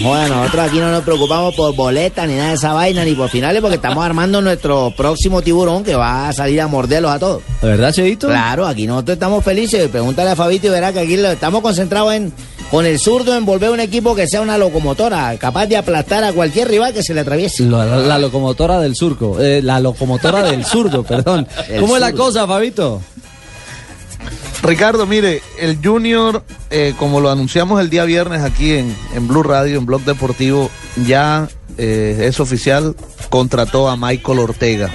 Joder, nosotros aquí no nos preocupamos por boletas ni nada de esa vaina ni por finales porque estamos armando nuestro próximo tiburón que va a salir a morderlos a todos. ¿De verdad, Cheito? Claro, aquí nosotros estamos felices. Pregúntale a Fabito y verá que aquí lo- estamos concentrados en con el zurdo en volver un equipo que sea una locomotora capaz de aplastar a cualquier rival que se le atraviese. La, la- la locomotora del surco. eh, la locomotora del zurdo, perdón. El ¿Cómo es la zurdo. cosa, Fabito? Ricardo, mire, el Junior, eh, como lo anunciamos el día viernes aquí en, en Blue Radio, en Blog Deportivo, ya eh, es oficial, contrató a Michael Ortega.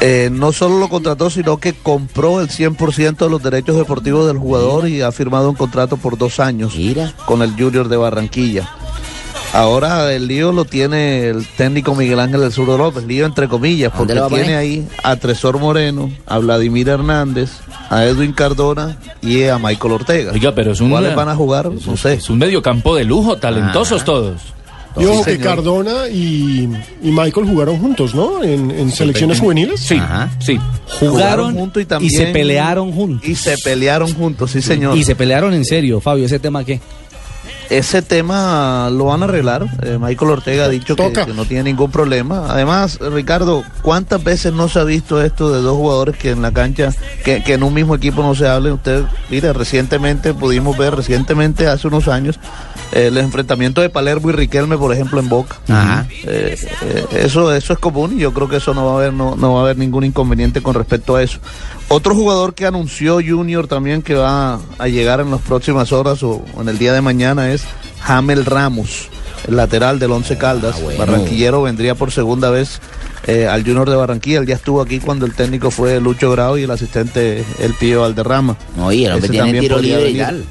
Eh, no solo lo contrató, sino que compró el 100% de los derechos deportivos del jugador y ha firmado un contrato por dos años Mira. con el Junior de Barranquilla. Ahora el lío lo tiene el técnico Miguel Ángel del Sur de López, lío entre comillas, ¿A dónde porque lo va a tiene poner? ahí a Tresor Moreno, a Vladimir Hernández, a Edwin Cardona y a Michael Ortega. Oiga, pero es un... ¿Cuáles van a jugar? No sé. Es un mediocampo de lujo, talentosos todos. Sí, Y ojo que señor. Cardona y, y Michael jugaron juntos, ¿no? En, en selecciones juveniles. Sí, Ajá. sí. Jugaron juntos y y también- se pelearon juntos. Y se pelearon juntos, sí señor. Y se pelearon en serio, Fabio. ¿Ese tema qué? Ese tema lo van a arreglar. eh, Michael Ortega ha dicho que, Toca. que no tiene ningún problema. Además, Ricardo, ¿cuántas veces no se ha visto esto de dos jugadores que en la cancha, que, que en un mismo equipo no se hablen? Usted, mire, recientemente pudimos ver, recientemente hace unos años, eh, el enfrentamiento de Palermo y Riquelme, por ejemplo, en Boca. Ajá. Eh, eh, eso, eso es común y yo creo que eso no va a haber, no, no va a haber ningún inconveniente con respecto a eso. Otro jugador que anunció Junior también que va a llegar en las próximas horas o en el día de mañana es Jamel Ramos, el lateral del Ah, Once Caldas. Barranquillero vendría por segunda vez eh, al Junior de Barranquilla. Él ya estuvo aquí cuando el técnico fue Lucho Grau y el asistente el Pío Valderrama. No, y el hombre Ese tiene también tiro podría libre y venir. tal.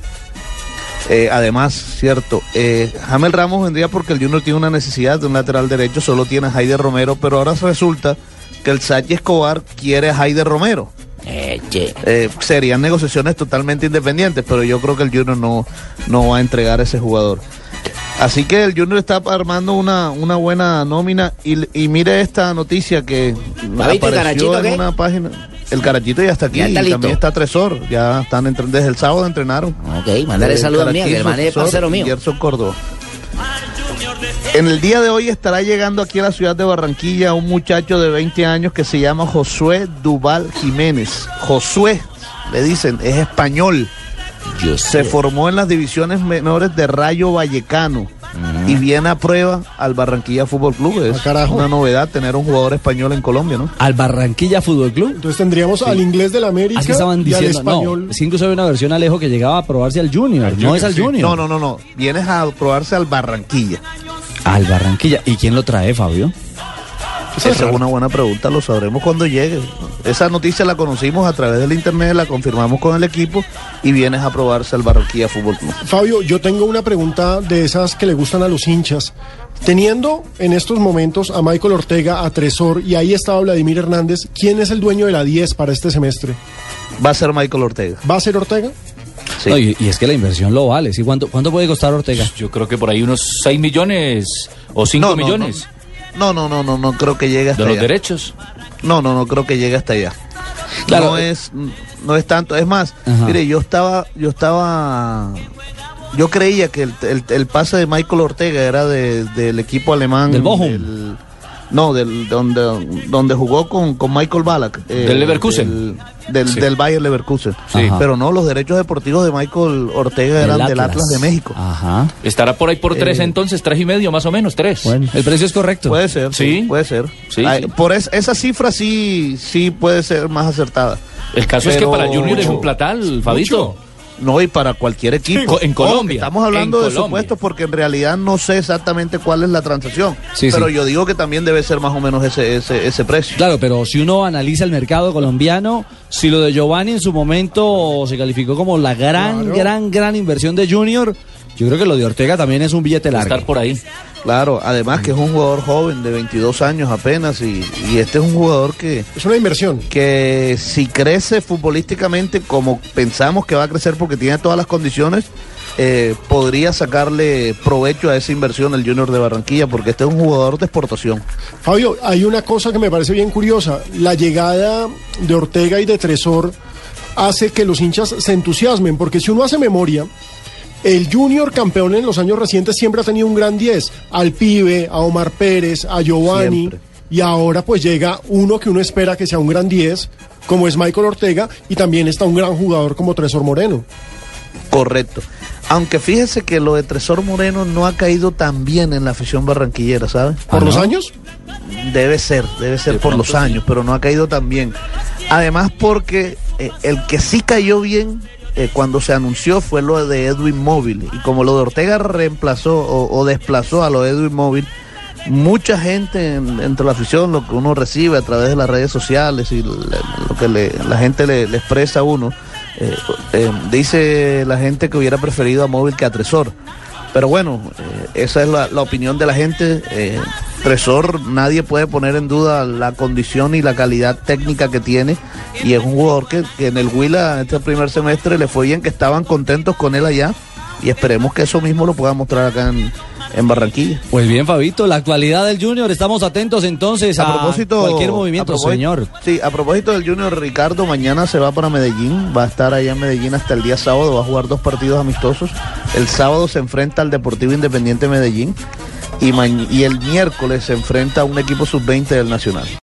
Eh, además, cierto, eh, Jamel Ramos vendría porque el Junior tiene una necesidad de un lateral derecho, solo tiene a Jaide Romero, pero ahora resulta que el Sachi Escobar quiere a Jaide Romero. Eh, che. Eh, serían negociaciones totalmente independientes, pero yo creo que el Junior no, no va a entregar a ese jugador. Así que el Junior está armando una, una buena nómina y, y mire esta noticia que ¿Ha visto el Carachito, apareció en qué? una página. El carachito ya está aquí Ya está y listo. también está Tresor, ya están entren- desde el sábado entrenaron. Ok, mandarle Eh, saludos a mí, que el Carachismo, man es Sor- parcero mío. Gerson Córdoba. En el día de hoy estará llegando aquí a la ciudad de Barranquilla un muchacho de 20 años que se llama Josué Duval Jiménez. Josué, le dicen, es español. Yo sé. Se formó en las divisiones menores de Rayo Vallecano y viene a prueba al Barranquilla Fútbol Club. Es Ah, carajo. una novedad tener un jugador español en Colombia, ¿no? ¿Al Barranquilla Fútbol Club? Entonces tendríamos al inglés del América Así estaban y al diciendo. español. No, es que incluso había una versión Alejo que llegaba a probarse al Junior. no es al Junior. No, no, no, no. Vienes a probarse al Barranquilla. Al Barranquilla. ¿Y quién lo trae, Fabio? Esa es una buena pregunta, lo sabremos cuando llegue. Esa noticia la conocimos a través del internet, la confirmamos con el equipo y vienes a probarse al Barranquilla Fútbol Club. Fabio, yo tengo una pregunta de esas que le gustan a los hinchas. Teniendo en estos momentos a Michael Ortega, a Tresor y ahí estaba Vladimir Hernández, ¿quién es el dueño de la 10 para este semestre? Va a ser Michael Ortega. ¿Va a ser Ortega? Sí. No, y, y es que la inversión lo vale. ¿sí? ¿Cuánto, ¿Cuánto puede costar Ortega? Yo creo que por ahí unos 6 millones o 5 No, no, millones No, no, no, no, no creo que llegue hasta de los allá. derechos. No, no, no creo que llegue hasta allá. Claro, no eh. es no es tanto, es más, Ajá. mire, yo estaba yo estaba yo creía que el, el- el pase de Michael Ortega era de- del equipo alemán Del Bochum. del- no, del donde donde jugó con, con Michael Ballack eh, Del Leverkusen. del, del, Sí. del Bayern Leverkusen. Sí. Ajá. Pero no, los derechos deportivos de Michael Ortega eran del Atlas de México. Ah, Ajá. Eh, Estará por ahí por 3 entonces, 3 y medio más o menos, 3. Bueno, el precio es correcto. Puede ser, sí, Sí. puede ser. Sí, Ay, sí. Por es- esa cifra sí sí puede ser más acertada. El caso es que Pero- para el Junior es un Mucho. platal, Fabito. No, y para cualquier equipo. Co- en Colombia, Estamos hablando en de Colombia. supuestos porque en realidad no sé exactamente cuál es la transacción. Sí, pero sí. yo digo que también debe ser más o menos ese, ese, ese precio. Claro, pero si uno analiza el mercado colombiano, si lo de Giovanni en su momento se calificó como la gran, Claro. gran, gran inversión de Junior, yo creo que lo de Ortega también es un billete largo. estar por ahí. Claro, además que es un jugador joven de 22 años apenas y, y este es un jugador que, Es una inversión. que si crece futbolísticamente como pensamos que va a crecer porque tiene todas las condiciones, eh, podría sacarle provecho a esa inversión el Junior de Barranquilla porque este es un jugador de exportación. Fabio, hay una cosa que me parece bien curiosa. La llegada de Ortega y de Tresor hace que los hinchas se entusiasmen, porque si uno hace memoria, el junior campeón en los años recientes siempre ha tenido un gran 10. Al pibe, a Omar Pérez, a Giovanni. Siempre. Y ahora pues llega uno que uno espera que sea un gran 10, como es Michael Ortega, y también está un gran jugador como Tresor Moreno. Correcto. Aunque fíjese que lo de Tresor Moreno no ha caído tan bien en la afición barranquillera, ¿sabes? ¿Por los años? Debe ser, debe ser por los años, pero no ha caído tan bien. Además porque eh, el que sí cayó bien eh, cuando se anunció fue lo de Edwin Móvil. Y como lo de Ortega reemplazó o, o desplazó a lo de Edwin Móvil, mucha gente en- entre la afición, lo que uno recibe a través de las redes sociales y la- lo que le- la gente le, le expresa a uno, eh, eh, dice la gente que hubiera preferido a Móvil que a Tresor. Pero bueno, eh, esa es la, la opinión de la gente. Eh, Tresor, nadie puede poner en duda la condición y la calidad técnica que tiene. Y es un jugador que, que en el Huila, en este primer semestre, le fue bien, que estaban contentos con él allá. Y esperemos que eso mismo lo pueda mostrar acá en, en Barranquilla. Pues bien, Fabito, la actualidad del Junior, estamos atentos entonces a, cualquier movimiento, a propósito- señor. Sí, a propósito del Junior Ricardo, mañana se va para Medellín, va a estar allá en Medellín hasta el día sábado, va a jugar dos partidos amistosos. El sábado se enfrenta al Deportivo Independiente Medellín y, ma- y el miércoles se enfrenta a un equipo sub-20 del Nacional.